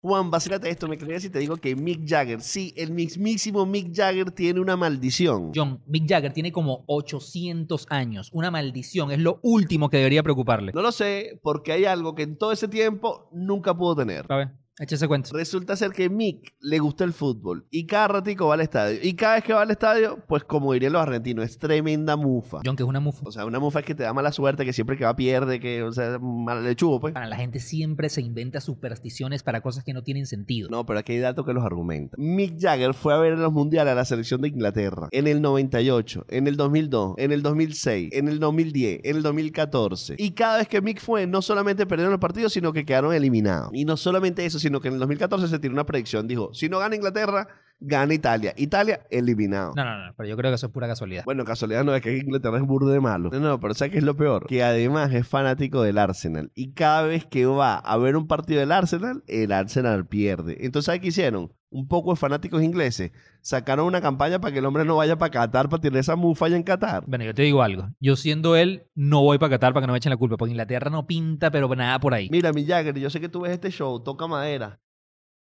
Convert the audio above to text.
Juan, vacílate esto, ¿me crees si te digo que Mick Jagger, sí, el mismísimo Mick Jagger tiene una maldición? John, Mick Jagger tiene como 800 años. Una maldición. Es lo último que debería preocuparle. No lo sé, porque hay algo que en todo ese tiempo nunca pudo tener. A ver, échese cuenta. Resulta ser que Mick le gusta el fútbol y cada ratico va al estadio. Y cada vez que va al estadio, pues como dirían los argentinos, es tremenda mufa. John, que es una mufa. O sea, una mufa es que te da mala suerte, que siempre que va pierde, que, o sea, mal lechugo, pues. Para la gente siempre se inventa supersticiones para cosas que no tienen sentido. No, pero aquí hay datos que los argumentan. Mick Jagger fue a ver en los mundiales a la selección de Inglaterra en el 98, en el 2002, en el 2006, en el 2010, en el 2014. Y cada vez que Mick fue, no solamente perdieron los partidos, sino que quedaron eliminados. Y no solamente eso, sino que en el 2014 se tiró una predicción. Dijo, si no gana Inglaterra, gana Italia. Italia, eliminado. No, no, no, pero yo creo que eso es pura casualidad. Bueno, casualidad no es que Inglaterra es burro de malo. No, no, pero ¿sabes qué es lo peor? Que además es fanático del Arsenal. Y cada vez que va a ver un partido del Arsenal, el Arsenal pierde. Entonces, ¿sabes qué hicieron? Un poco de fanáticos ingleses sacaron una campaña para que el hombre no vaya para Qatar para tirar esa mufa allá en Qatar. Bueno, yo te digo algo. Yo siendo él, no voy para Qatar para que no me echen la culpa, porque Inglaterra no pinta, pero nada por ahí. Mira, mi Jagger, yo sé que tú ves este show, toca madera.